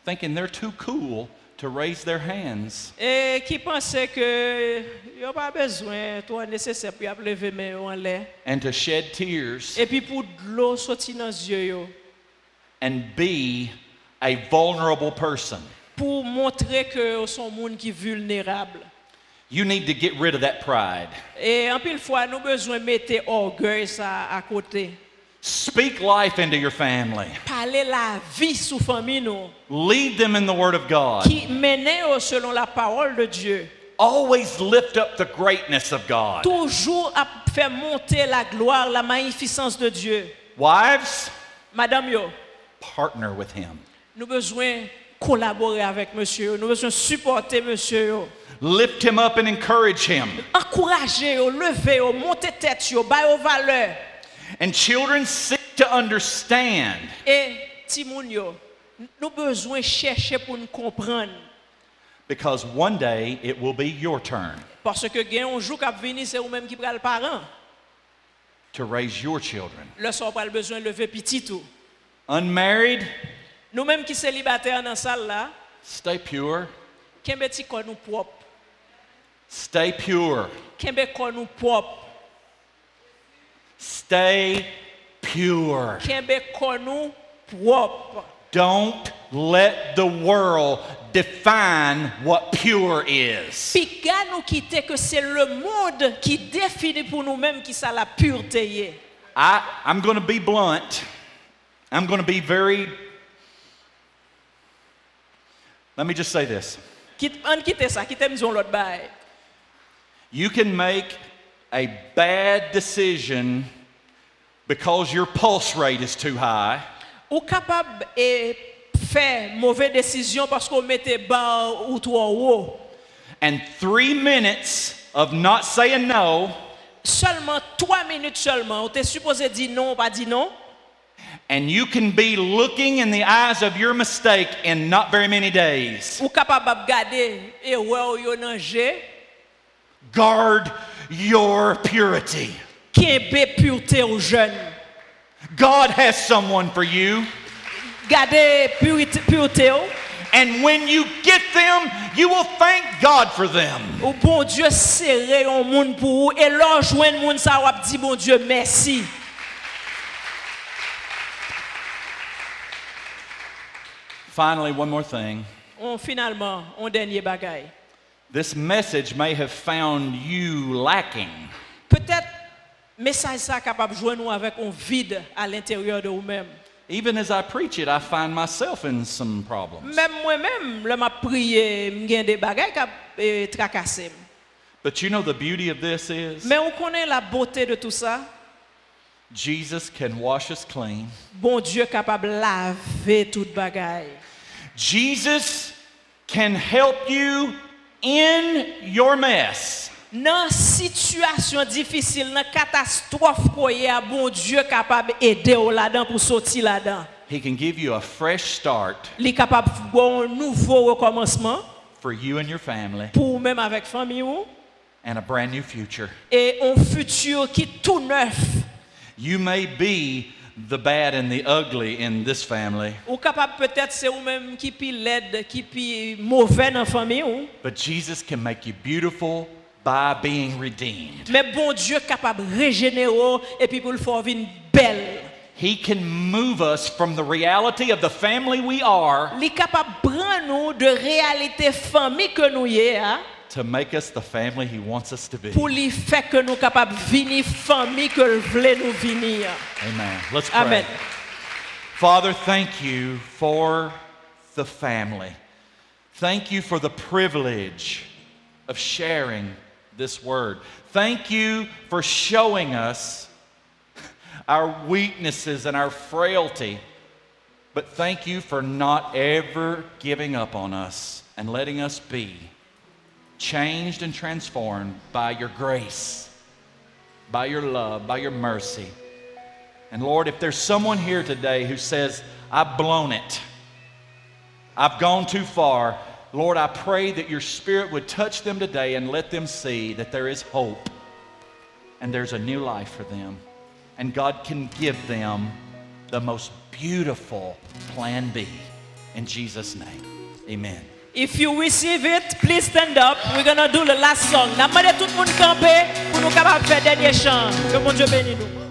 Speaker 2: thinking they're too cool to raise their hands.
Speaker 3: Et qui pensait que n'y a pas besoin, toi nécessaire pour y ap lever main yo en l'air.
Speaker 2: and to shed tears
Speaker 3: Et puis pour de l'eau sortir dans les yeux, yo,
Speaker 2: and be a vulnerable person.
Speaker 3: pour montrer que sont monde qui vulnérable.
Speaker 2: You need to get rid of that pride.
Speaker 3: Et en pile fois, nous besoin mettre orgueil ça à côté.
Speaker 2: Speak life into your family.
Speaker 3: Parler la vie sous famille nous,
Speaker 2: Lead them in the Word of God.
Speaker 3: qui menait yo selon la parole de Dieu.
Speaker 2: Always lift up the greatness of God.
Speaker 3: Toujours à faire monter la gloire, la magnificence de Dieu.
Speaker 2: Wives,
Speaker 3: Madame yo,
Speaker 2: partner with Him.
Speaker 3: nous besoin collaborer avec monsieur, yo, nous besoin supporter monsieur. yo.
Speaker 2: Lift Him up and encourage Him.
Speaker 3: Encourager, yo, lever, yo, monter tête, yo, bail aux valeurs.
Speaker 2: And children, seek to understand
Speaker 3: Et Timoun, yo, nous besoin chercher pour nous comprendre.
Speaker 2: because one day it will be your turn
Speaker 3: Parce que gen un jour k'ap vini, c'est vous-même qui pral parent.
Speaker 2: to raise your children.
Speaker 3: Le soir pral besoin lever petit tout.
Speaker 2: Unmarried,
Speaker 3: Nous-mêmes qui célibataires dans la salle là,
Speaker 2: stay pure.
Speaker 3: kembe ti kon nous propre.
Speaker 2: Stay pure.
Speaker 3: Kembe kon nous propre.
Speaker 2: Stay pure.
Speaker 3: Kembe kon nous propre.
Speaker 2: Don't let the world define what pure is.
Speaker 3: Puis gars nous quitter que c'est le monde qui définit pour nous-mêmes qui ça la pureté. est.
Speaker 2: I, I'm going to be blunt. I'm going to be very. Let me just say this.
Speaker 3: Quitte- On quitte ça, quitte nous l'autre bail.
Speaker 2: You can make a bad decision because your pulse rate is too high,
Speaker 3: Ou capable et faire mauvaise décision parce qu'on mettait bas ou trop haut.
Speaker 2: and three minutes of not saying no,
Speaker 3: Seulement trois minutes seulement, on était supposé dire non, pas dire non.
Speaker 2: and you can be looking in the eyes of your mistake in not very many days.
Speaker 3: Ou capable de garder erreur ou nan jeu,
Speaker 2: Guard your purity.
Speaker 3: qui est pureté aux jeunes.
Speaker 2: God has someone for you,
Speaker 3: Garder pureté, pureté ou,
Speaker 2: and when you get them, you will thank God for them.
Speaker 3: ou bon Dieu serré au monde pour ou, et là joindre monde ça ou ap di bon Dieu merci.
Speaker 2: Finally, one more thing.
Speaker 3: On finalement, on dernier bagaille.
Speaker 2: This message may have found you lacking.
Speaker 3: Peut-être message ça capable joindre nous avec un vide à l'intérieur de vous-même.
Speaker 2: Even as I preach it, I find myself in some problems.
Speaker 3: Même moi-même, le m'a prié, m'gain des bagailles qui euh, tracassé.
Speaker 2: But you know the beauty of this is
Speaker 3: Mais on connaît la beauté de tout ça.
Speaker 2: Jesus can wash us clean.
Speaker 3: Bon Dieu capable de laver toute bagaille.
Speaker 2: Jesus can help you in your mess.
Speaker 3: Dans situation difficile, dans catastrophe qu'il y a, bon Dieu capable d'aider au là-dedans pour sortir là-dedans.
Speaker 2: He can give you a fresh start
Speaker 3: Il est capable de faire un nouveau recommencement
Speaker 2: for you and your family
Speaker 3: pour même avec famille ou, e
Speaker 2: and a brand new future.
Speaker 3: et un futur qui est tout neuf.
Speaker 2: You may be the bad and the ugly in this family,
Speaker 3: Ou kapab peut-être c'est vous-même qui pi laid, qui pi mauvais dans la famille. ou.
Speaker 2: but Jesus can make you beautiful by being redeemed.
Speaker 3: Mais bon Dieu e capable de régénérer et puis pour le faire vivre belle.
Speaker 2: He can move us from the reality of the family we are
Speaker 3: Il est capable de prendre nous de réalité famille que nous y a
Speaker 2: to make us the family He wants us to be.
Speaker 3: pour lui faire que nous capables de venir famille que le voulait nous venir.
Speaker 2: Amen. Let's pray.
Speaker 3: Amen.
Speaker 2: Father, thank you for the family. Thank you for the privilege of sharing this word. Thank you for showing us our weaknesses and our frailty. But thank you for not ever giving up on us and letting us be changed and transformed by your grace, by your love, by your mercy. And Lord, if there's someone here today who says, I've blown it, I've gone too far, Lord, I pray that your spirit would touch them today and let them see that there is hope and there's a new life for them. And God can give them the most beautiful plan B. In Jesus' name, amen.
Speaker 3: If you receive it, please stand up. We're gonna do the last song. N'a demandé tout le monde camper pour nous capables de faire dernier chant. Que mon Dieu bénisse nous.